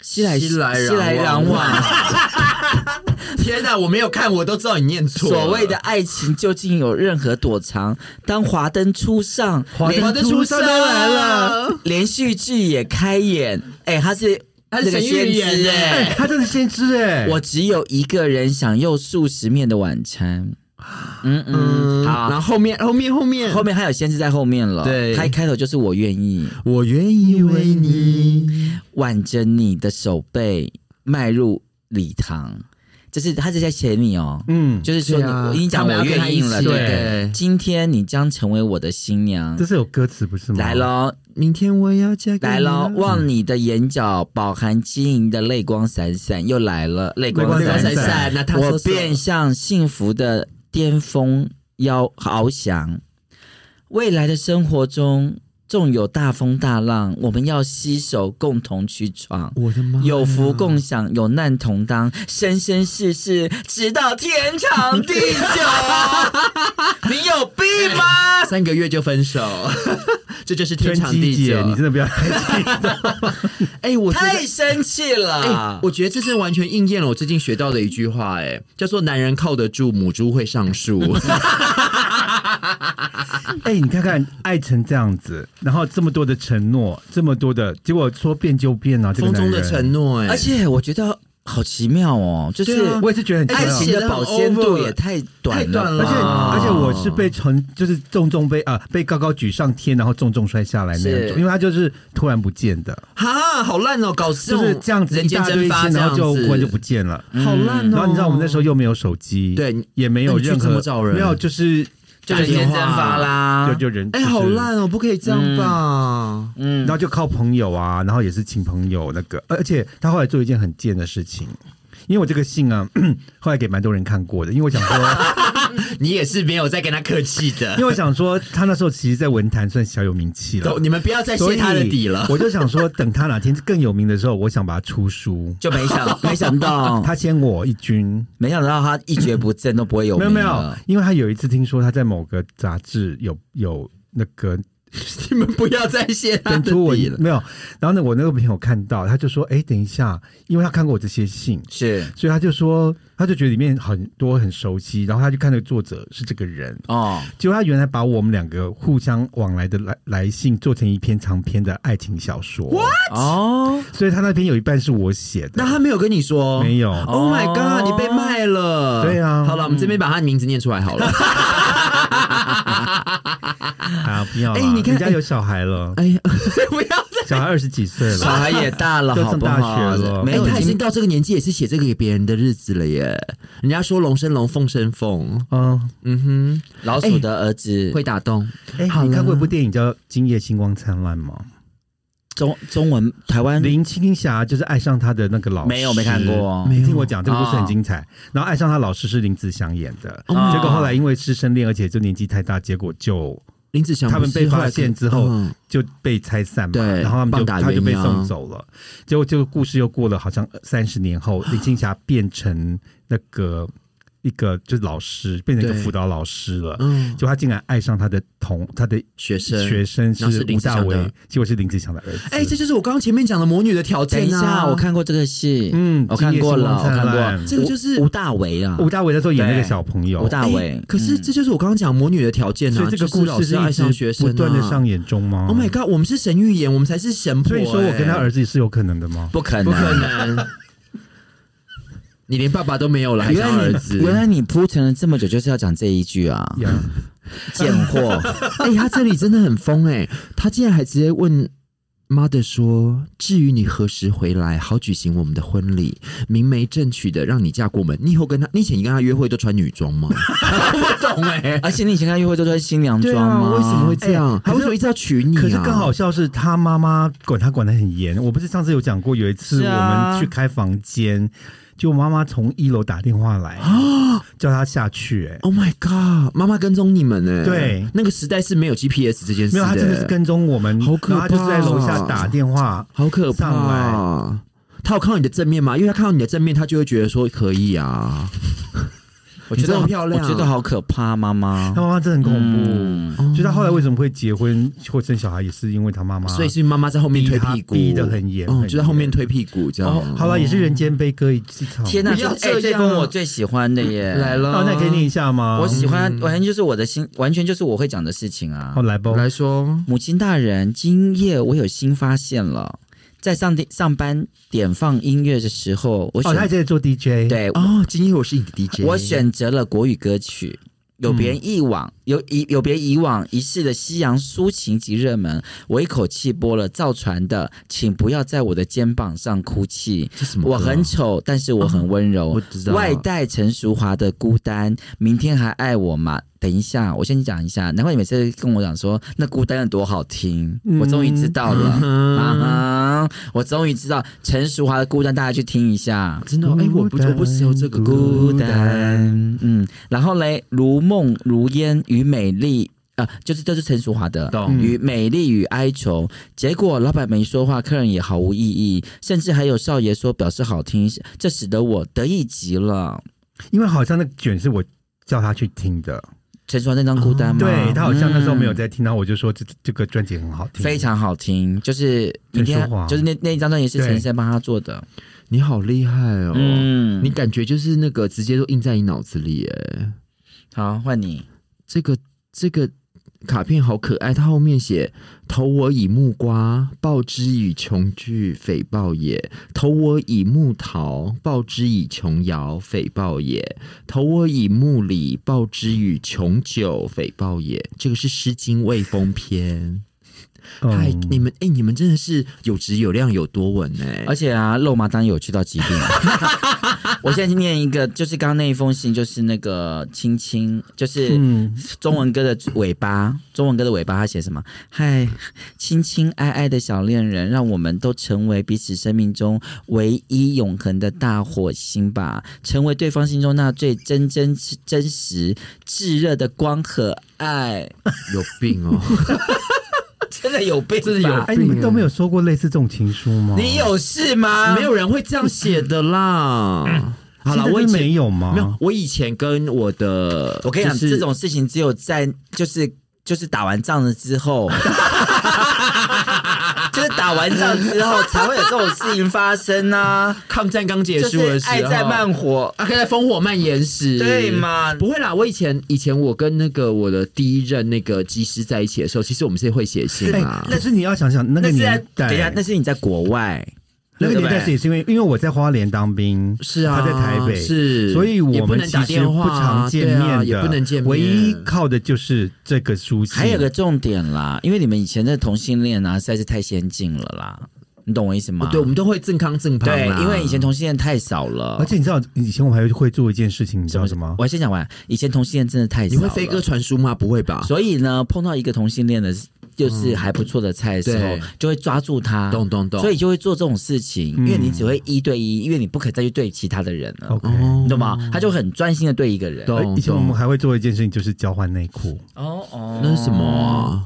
熙来熙来攘往来攘往。天哪，我没有看，我都知道你念 错了。所谓的爱情究竟有任何躲藏？当华灯初上，华华灯初上都来了， 连续剧也开演，哎、他是他是那个神预先言知哎、 哎，他真的先知哎，我只有一个人享用素食面的晚餐。嗯嗯，嗯，然好，后后面后面后面后面还有先知在后面了。对他一开头就是我愿意我愿意为你，挽着你的手背迈入礼堂，这是他是在写你哦。嗯，就是说你，对啊我已经讲我愿意他们要跟他一了，起对对今天你将成为我的新娘这，是有歌词不是吗？来，喽，明天我要嫁给你来喽，望你的眼角饱含晶莹的泪光闪闪，又来了，泪泪光光闪闪闪。闪那我便向幸福的巅峰要翱翔。未来的生活中，纵有大风大浪，我们要携手共同去闯。我的妈呀，有福共享，有难同当，生生世世，直到天长地 久。你有病吗？三个月就分手， 这就是天圈长姬地姐，你真久。的不要太气，哎，我觉得太生气了！哎、我觉得这是完全应验了我最近学到的一句话、哎，叫做“男人靠得住，母猪会上 树”。哎，你看看爱成这样子，然后这么多的承诺，这么多的结果说变就变啊，这个风男中人的承，诺、哎，而且我觉得好奇妙哦，就对是啊我也是觉得很奇爱妙情的保鲜度也太短太短而了吧，了且啊而且我是被成就是重重被啊、被高高举上天，然后重重摔下来那是种，因为他就是突然不见的，哈，好烂哦，搞这就种是这样子人一间大蒸堆发线，这然样后就子，忽然就不见了。嗯好烂哦。然后你知道我们那时候又没有手机，对你也没有那你去任怎何么找人没有就是就打人电间话蒸发啦，就就人哎、就是嗯好烂哦，不可以这样吧？嗯然后就靠朋友啊，然后也是请朋友那个，而且他后来做一件很贱的事情，因为我这个信啊， 后来给蛮多人看过的，因为我想 说，你也是没有在跟他客气因为 的，我想说他那时候其实，在文坛算小有名气了都，你们不要再所泄以他的底了。我就想说，等他哪天更有名的时候，我想把他出书。就没想没想哦到，他先我一军，没想到他一蹶不振都不会有没有名没有了，因为他有一次听说他在某个杂志有有那个 你们不要再泄他登的出我底了。没有，然后呢，我那个朋友看到，他就说：“哎，等一下，因为他看过我这些信，是所以他就说，他就觉得里面很多很熟悉，然后他就看那个作者是这个人，哦，结果他原来把我们两个互相往来的来来信做成一篇长篇的爱情小说哦，所以他那篇有一半是我写的，那 他没有跟你说，没有。 Oh my god！、哦你被卖了。对啊好了，我们这边把他的名字念出 来好了。啊，不要啦！哎你看人家有小孩了，哎呀， 不要再小孩二十几岁小了，孩也大了，都好上不大好学？了没有哎他已已经经到这个年纪，也是写这个给别人的日子了耶。人家说龙生龙，凤生凤，嗯，嗯老鼠的儿子哼，会打动。哎，好你看过一啦部电影叫《今夜星光灿烂》吗？中中文台湾林青霞就是爱上她的那个老师，嗯没有没看过你听我讲，这个故事哦很精彩。然后爱上她老师是林子祥演的， Oh my 结果后来因为师生恋，而且就年纪太大，结果就林子祥他们被不是后来发现跟之后嗯就被拆散嘛，对然后他们就棒打鸳鸯他就被送走了。结果这个故事又过了好像三十年后，林青霞变成那个一个就是老师，变成一个对辅导老师了。嗯，就他竟然爱上他的同他的学生学生然后是是林吴志大祥维的，结果是林志祥的儿子。哎、这就是我刚刚前面讲的魔女的条件、等啊。一下，我看过这个戏，嗯我看过了，我今夜星光看灿烂过，这个就是吴吴大维啊，吴大维那时候演那个对小朋友，吴大哎维。可是嗯这就是我刚刚讲魔女的条件啊，所以这个就是故老事师是爱上一学直生、啊，不断的上演中吗 Oh my god！我们是神预言，我们才是神婆、所以说我跟他哎儿子是有可能的吗？不可不可能。能， 你连爸爸都没有了，还原想来哎儿你子？原来你铺陈了这么久，就是要讲这一句啊，呀，贱 货！哎、他这里真的很疯哎、他竟然还直接问 mother 说：“至于你何时回来，好举行我们的婚礼，明媒正娶的让你嫁过门。你以后跟他，你以前你跟他约会都穿女装吗？ 我不懂哎、而且你以前看约会都穿新娘对装啊，吗？为什么会这样？哎可他是为什么一直要娶你、啊？可是更好笑是他妈妈管他管得很严。我不是上次有讲过，有一次是我啊们去开房间，就妈妈从一楼打电话来，啊叫他下去、哎， Oh my god！妈妈跟踪你们呢、对那个时代是没有 GPS 这件事没哎的、有，他真的是跟踪我们，好可怕啊哦然后他就是在楼下打电话。好可怕、上啊！他有看到你的正面吗？因为他看到你的正面，他就会觉得说可以啊。我觉你真的得很漂亮啊我觉得好可怕，妈妈他。妈妈真的很恐怖，嗯所以他后来为什么会结婚或生小孩，也是因为他妈妈，所以是妈妈在后面推屁股，逼他逼得很严哦很，就在后面严推屁股这样。哦，好了，也是人间悲歌一场。天哪，不要这哎这这样啊封我最喜欢的耶！来嗯了，哦，那给你一下吗？我喜欢，完全就是我的心，完全就是我会讲的事情哦啊好。来吧，来说，母亲大人，今夜我有新发现了，在上点上班点放音乐的时候，我哦，选、他现在做 DJ，，对、哦，今夜我是你的 DJ，我选择了国语歌曲。有别以嗯往，有以有别以往一世的西洋抒情及热门，我一口气播了造船的，请不要在我的肩膀上哭泣。这什么歌我啊？哦很丑，但是我很温柔。我知道外带陈淑华的孤单，明天还爱我吗？等一下，我先讲一下。难怪你每次跟我讲说那孤单有多好听，嗯我终于知道了。嗯啊哈！我终于知道陈淑华的孤单，大家去听一下。真的哦哎，我不我不熟这个歌，孤单，嗯，然后嘞，如梦如烟与美丽。啊、就是这是陈淑华的懂与美丽与哀愁，结果老板没说话，客人也毫无意义，甚至还有少爷说表示好听，这使得我得意极了。因为好像那个卷是我叫他去听的，陈淑桦那张孤单吗？啊对他好像那时候没有嗯在听，然后我就说这这个专辑很好听，非常好听，就是明天陈淑桦就是那那一张专辑是陈升帮他做的，你好厉害哦，嗯，你感觉就是那个直接都印在你脑子里哎，好换你，这个这个。卡片好可爱，它后面写“投我以木瓜，报之以琼琚，匪报也；投我以木桃，报之以琼瑶，匪报也；投我以木李，报之以琼酒，匪报也。”这个是《诗经·卫风篇》嗯嗨，你们哎、你们真的是有质有量有多稳哎、而且啊，肉麻当然有趣到极点。 我现在念一个，就是刚刚那一封信，就是那个青青，就是嗯，中文歌的尾巴，中文歌的尾巴，他写什么？嗨，亲亲爱爱的小恋人，让我们都成为彼此生命中唯一永恒的大火星吧，成为对方心中那最真真真实炙热的光和爱。有病哦！真的有病吧，真的哎，你们都没有收过类似这种情书吗？你有事吗？ 没有人会这样写的 啦。好了，现在我以都前没有吗？没有，我以前跟啊我的，我跟你讲，就是啊这种事情只有在就是就是打完仗了之后， 就是打完仗之后才会有这种事情发 生啊。抗战刚结就束的是时候，爱在慢火，啊，在烽火蔓延时，对嘛不会啦，我以前以前我跟那个我的第一任那个技师在一起的时候，其实我们是会写信哎啊，。但是你要想想那那个是在年等一下代，，那是你在国外，那个对年不代是对也是因为因为我在花莲当兵，是啊，他在台北是，所以也我不们能其打实电话不啊，常见对啊面也的，不能见面，唯一靠的就是这个书信。还有个重点啦，因为你们以前的同性恋啊，实在是太先进了啦，你懂我意思吗哦？对，我们都会正康啊正胖对啦，因为以前同性恋太少了，而且你知道，以前我还会做一件事情，你知道什么？我先讲完，以前同性恋真的太少你了，会飞鸽传书吗？不会吧？所以呢，碰到一个同性恋的，就是还不错的菜的时候，对就会抓住他，懂懂懂所以就会做这种事情，因为你只会一对一，因为你不可再去对其他的人了， OK，哎哦你懂吗？他就很专心的对一个人。懂嗯而以前我们还会做一件事情，就是交换内裤。哦哦那是什么啊？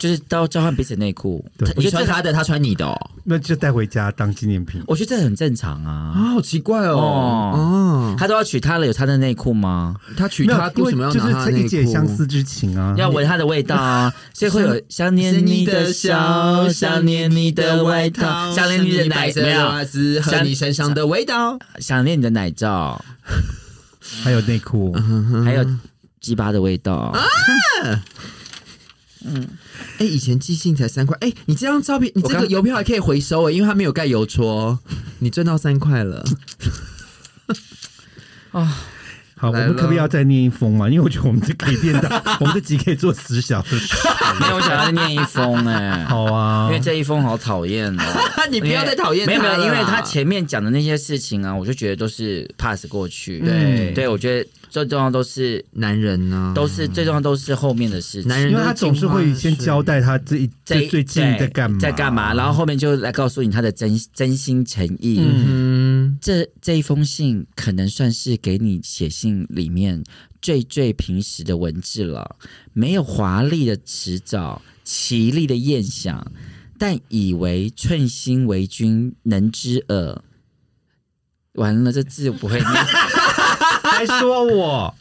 就是都交换彼此内裤。对你穿他的，他穿你的哦，那就带回家当纪念品。我觉得这很正常啊。啊，好奇怪哦，哦哦，他都要娶她了，有她的内裤吗？他娶没有她，因为什么要就是拿他的内一解裤？相思之情啊！要闻她的味道啊， 所以会有想念你的笑，想念你的外套，想念你的奶白色没有袜子和你身上的味道。想念你的奶罩，还有内裤，嗯还有鸡巴的味道。哎、以前寄信才三块，哎、你这张照片，你这我个刚邮票还可以回收哎、因为它没有盖邮戳，你赚到三块了。好，我来们可不可以了要再念一封嘛？因为我觉得我们这可以练到， 我们这集可以做十小时。没有，我想要念一封哎、 好啊因，为这一封好讨厌哦。你不要再讨厌没有没他有，了因为啦他前面讲的那些事情啊，我就觉得都是 pass 过去。对嗯对，我觉得最重要都是男人呢、都是最重要都是后面的事情。男人因为他总是会先交代他这一在最最近在干嘛，在干嘛？然后后面就来告诉你他的真真心诚意。嗯，这这一封信可能算是给你写信里面最最平实的文字了，没有华丽的辞藻，绮丽的艳想，但以为寸心为君能知耳。完了，这字我不会念，还说我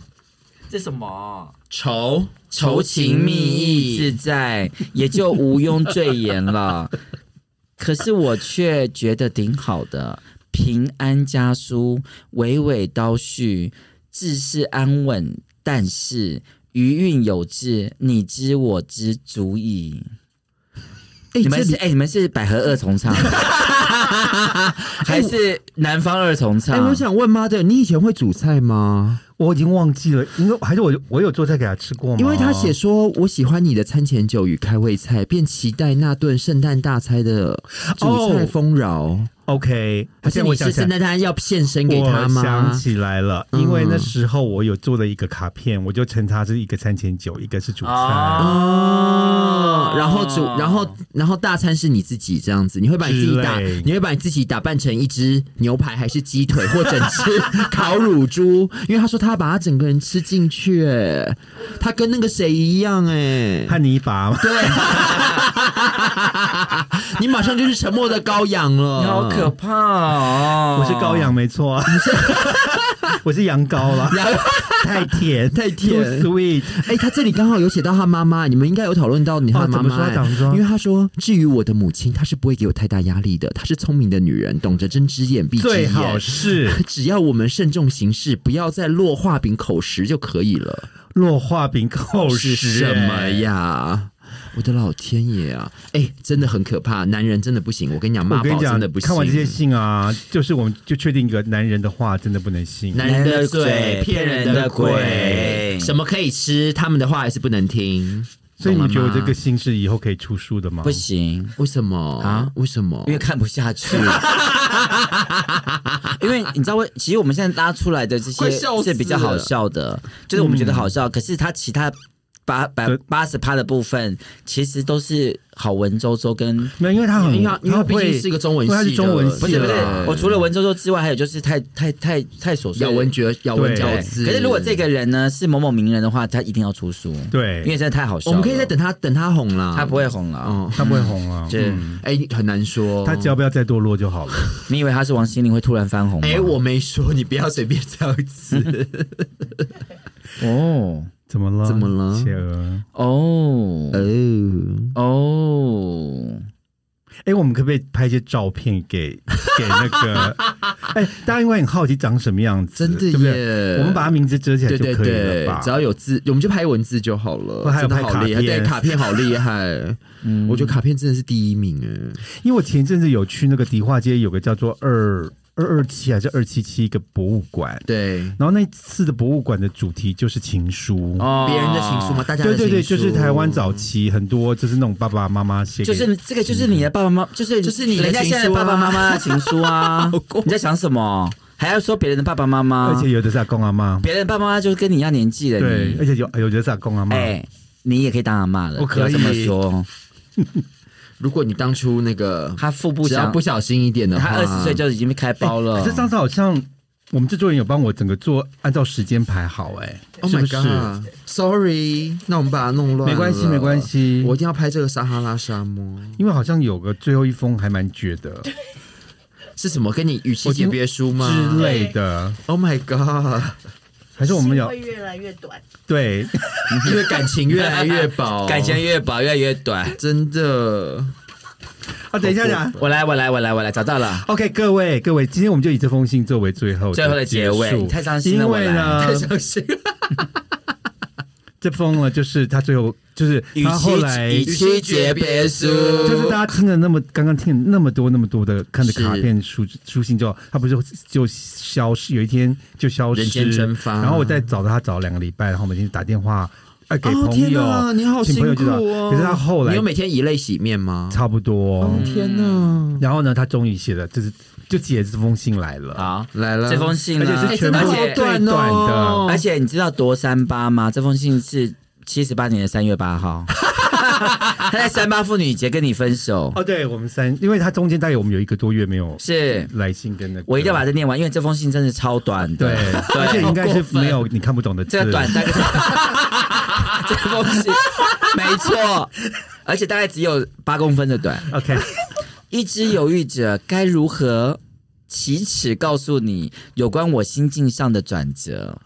这什么？啊愁愁情蜜意自在，也就毋庸赘 言了。可是我却觉得挺好的，平安家书，娓娓道续，自是安稳，但是余韵有致，你知我知足矣。哎、你这们是里哎、你们是百合二 重唱，还是南方二重哎、唱？我想问 mother，你以前会煮菜吗？我已经忘记了，因为还是我我有做菜给他吃过吗？因为他写说我喜欢你的餐前酒与开胃菜，便期待那顿圣诞大餐的主菜丰饶。 OK，还是现在哦我你想是起来圣诞大餐要献身给他我想吗？起来了，因为那时候我有做了一个卡片，我就称它是一个餐前酒，一个是主餐。哦，啊然后煮，然后然后大餐是你自己这样子，你会把你自己打，之类你会把你自己打扮成一只牛排还是鸡腿或整只烤乳猪？因为他说他把他整个人吃进去，哎，他跟那个谁一样，哎，汉尼拔嘛， 你马上就是沉默的羔羊了，你好可怕哦！我是羔羊没错啊， 我是羊羔 啦，然后。太甜 太甜 too，sweet。哎、他这里刚好有写到他妈妈，你们应该有讨论到你他的哦妈妈、怎么说怎么说因为他说，至于我的母亲，她是不会给我太大压力的，她是聪明的女人，懂得睁只眼闭只最眼。好是只要我们慎重行事，不要再落画饼口实就可以了。落画饼扣是食什么？呀？我的老天爷啊！哎、真的很可怕，男人真的不行。我跟你讲，我妈跟宝你真的讲不，行。看完这些信啊，就是我们就确定一个男人的话真的不能信。男人的男嘴人的嘴骗人的鬼鬼，什么可以吃，他们的话还是不能听。所以你觉得这懂了个吗信是以后可以出书的吗？不行。为什么啊？为什么？因为看不下去。 因为你知道，其实我们现在拉出来的这快些笑死是比较好笑的，就是我们觉得好笑，可是它其他八百嗯对八十趴的部分，其实都是好文绉绉跟。没有，因为他很，因为因为他毕会竟是一个中文系因的，为它是中文系不是不是对，我除了文绉绉之外，还有就是太太太太琐碎的。咬文嚼咬文对嚼对，字。可是如果这个人呢是某某名人的话，他一定要出书，对，因为真的太好笑我了。们可以再等他等他红啦，他不会红了。哦，他不会红啊。对嗯哎、很难说。他只要不要再堕落就 好了。你以为他是王心凌会突然翻红吗？哎、我没说，你不要随便这样子。哦怎么了？怎么了企鹅？哦哦，哦，哎，我们可不可以拍一些照片给 给那个？哎，大家应该很好奇长什么样子，真的对不对？耶！我们把他名字遮起来对就对可以了对吧，只？要有字，我们就拍文字就好了。还有真的拍好卡厉害，对片卡片好厉害。嗯我觉得卡片真的是第一名哎。因为我前一阵子有去那个迪化街，有个叫做二二二七还是二七七一个博物馆，对，然后那次的博物馆的主题就是情书。哦别人的情书吗？？大家的对对对，情就书是台湾早期很多就是那种爸爸妈妈写给就是这个，就是你的爸爸妈妈，就是就是你的人家情现书啊在的爸爸妈妈的情书啊 好过！你在想什么？还要说别人的爸爸妈妈而？且有的是阿公阿妈，别人的爸爸妈妈就是跟你一样年纪的对，而你，且有有的是阿公阿妈，嗯哎，你也可以当阿妈了。我可以不要这么说， 如果你当初那个他腹部只要哎想不，小心一点的话，他二十岁就已经开包了可。是上次好像我们制作人有帮我整个做按照时间排好、哎 Oh 是 my 不是 god！Sorry，那我们把它弄乱了。没关系没关系我一定要拍这个撒哈拉沙漠。因为好像有个最后一封还蛮绝的是什么？跟你语气我听诀别书吗之类的， ？Oh my god！还是我们心有会越来越短。对 因为感情越来越 薄，感情越薄越来越短。真的啊？等一下讲。我来，我来，我来，我来，找到了。 OK，各位各位，今天我们就以这封信作为最后最后的结尾束太伤心了因为太 呢，伤心了。这封呢就是他最后就是与他后来其与其诀别书，就是大家听了那么刚刚听了那么多那么多的看的是卡片书书信之后，他不是就消失，有一天就消失，人间蒸发然后我再找他找两个礼拜，然后每天打电话，呃，给哦朋天友，哪，你好请辛朋友苦知道哦。可是他后你来有每天以泪洗面吗？差不多，天哪，然后呢，他终于写了，就是就写这封信来了，好，来了，这封信啊哎呢？而且是全部而都且对最短的而且你知道多三八吗？这封信是七十八年的三月八号，他在三八妇女节跟你分手，哦，对我们三，因为他中间大概我们有一个多月没有是来信跟那个，我一定要把这念完，因为这封信真的超短对，的，而且应该是没有你看不懂的字，这个短大概这封信没错，而且大概只有八公分的短。 OK，一直犹豫着该如何启齿告诉你有关我心境上的转折。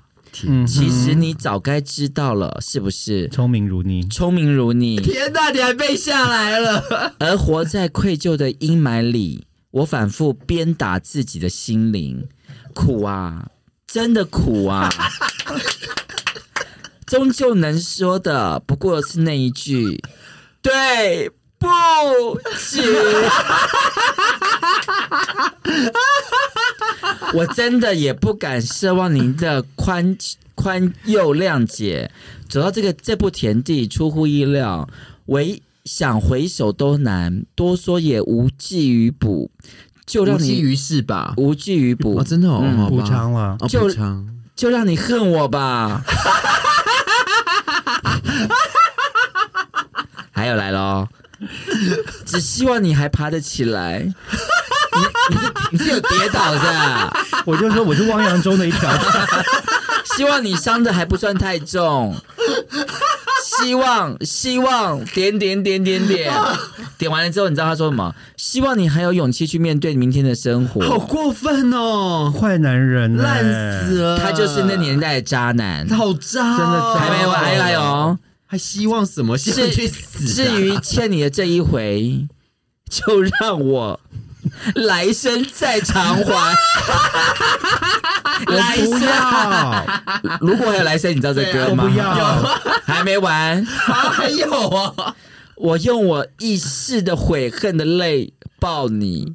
嗯，其实你早该知道了，是不是？聪明如你，聪明如你，天哪，你还背下来了。 而活在愧疚的阴霾里，我反复鞭打自己的心灵，苦啊，真的苦 啊！终究能说的，不过是那一句“对不起”。我真的也不敢奢望您的宽宽宥谅解。走到这个这步田地，出乎意料，唯想回首都难，多说也无济于补，就无让济你于事吧？无济于补。哦，真的哦，好吧补偿了。哦，就补偿。就让你恨 我吧。还有来喽，只希望你还爬得起来。你你是你是有跌倒的啊、我就说我是汪洋中的一条船，希望你伤的还不算太重。希望希望点点点点点，点完了之后，你知道他说什么？希望你还有勇气去面对明天的生活。好过分哦，坏男人、欸，烂死了！他就是那年代的渣男。呃好渣哦，真的渣还没完，还来哦。还希望什么？希望至去死啊！至 于欠你的这一回，就让我来生再偿还。来我不生，要，啊如果还有来生，你知道这歌 我吗？不要，还没完，还有啊，我用我一世的悔恨的泪抱你。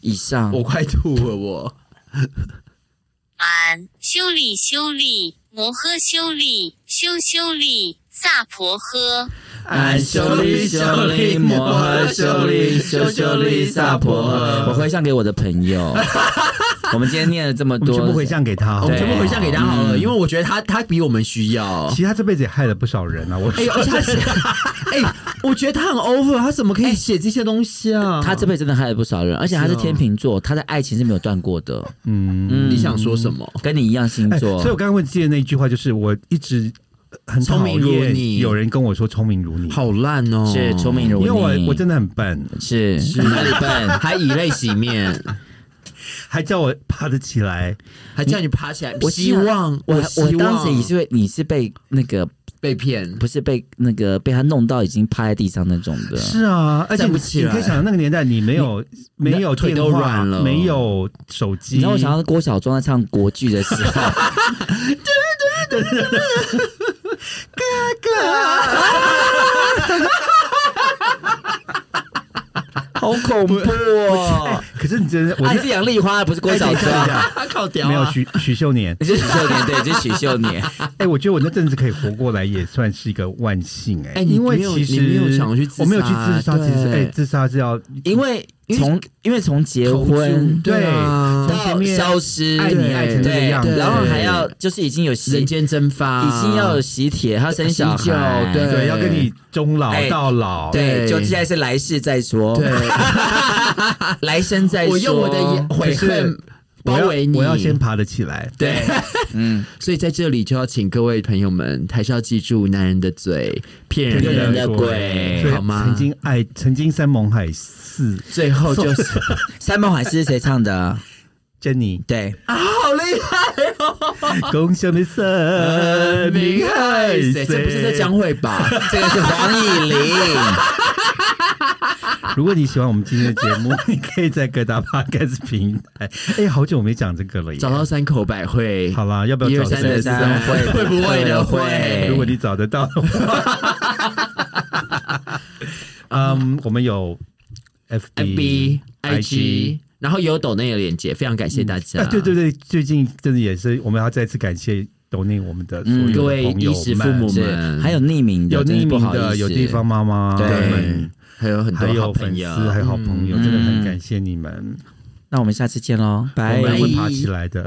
以上，我快吐了我。俺修理修理摩诃修理修修理萨婆诃。俺修理修理摩诃修理修修理萨婆诃，我回向给我的朋 友。我们今天念了这么我们多，全部回向给他好我不好，们全部回向给他好嗯了，因为我觉得他他比我们需 要其。实他这辈子也害了不少人啊，我哎呦，而且他写，哎，我觉得他很 over，他怎么可以写这些东西啊？哎他这辈子真的害了不少人，而且他是天秤座，他的爱情是没有断过的，嗯，嗯你想说什么？跟你一样星哎座所以，我刚刚会记得那一句话，就是我一直呃很讨聪明如你厌有人跟我说聪明如你，好烂哦，是聪明如因你，为我我真的很笨，是是哪里笨？还以泪洗面， 还叫我爬得起来，还叫你爬起来。我希望，我希我望当时也是为你是被那个被骗，不是被那个被他弄到已经趴在地上那种的，是啊，而且站不你起你可以来想，那个年代你没有没有腿电都话软了，没有手机，你让我想到郭小庄在唱国剧的时候，好恐怖哦！可是你真的，我爱是是杨丽花，不是郭哎等小一下等一庄。下他靠屌啊没有许许秀年，你是许秀年，对，就是许秀年。哎、我觉得我那阵子可以活过来，也算是一个万幸哎、哎你因为没有其实你没有想去自杀我没有去自杀，对其实哎、自杀是要因为从因为从结婚对对啊从前到面消失，爱你爱成这个对，样子，对然后还要就是已经有喜人间蒸发，已经要有喜帖，还要生小喜酒孩，对对要跟你终老哎到老，对，对就现在是来世再说，对， 来生再说。我用我的眼悔可是恨我包围要你，我要先爬得起来。对，嗯， 所以在这里就要请各位朋友们，还是要记住，男人的嘴骗人骗人的的鬼所以好吗曾经爱，曾经山盟海誓最后就是 三毛海是谁唱的？ ，Jenny，对，好厉害，共享的呃生命 爱谁？这不是在江蕙 吧？这个是黄以玲。如果你喜欢我们今天的节目，你可以在各大 podcast 平台。哎，好久没讲这个了耶。找到山口百惠，好啦，要不一要二找三的谁三会不 会不会的会 如会，果你找得到的话， 嗯，我们有 FB FB、IG，然后也有抖内的链接，非常感谢大家。啊，对对对，最近真的也是，我们要再次感谢抖内我们的所有的嗯各位朋友衣食父母们是，们，还有匿名的，有真匿是不名好的，意思有地方妈妈对们，还有很啊还多好有朋粉友，丝，还有好朋友，嗯真的很感谢你们，那我们下次见喽，我拜。们会爬起来的。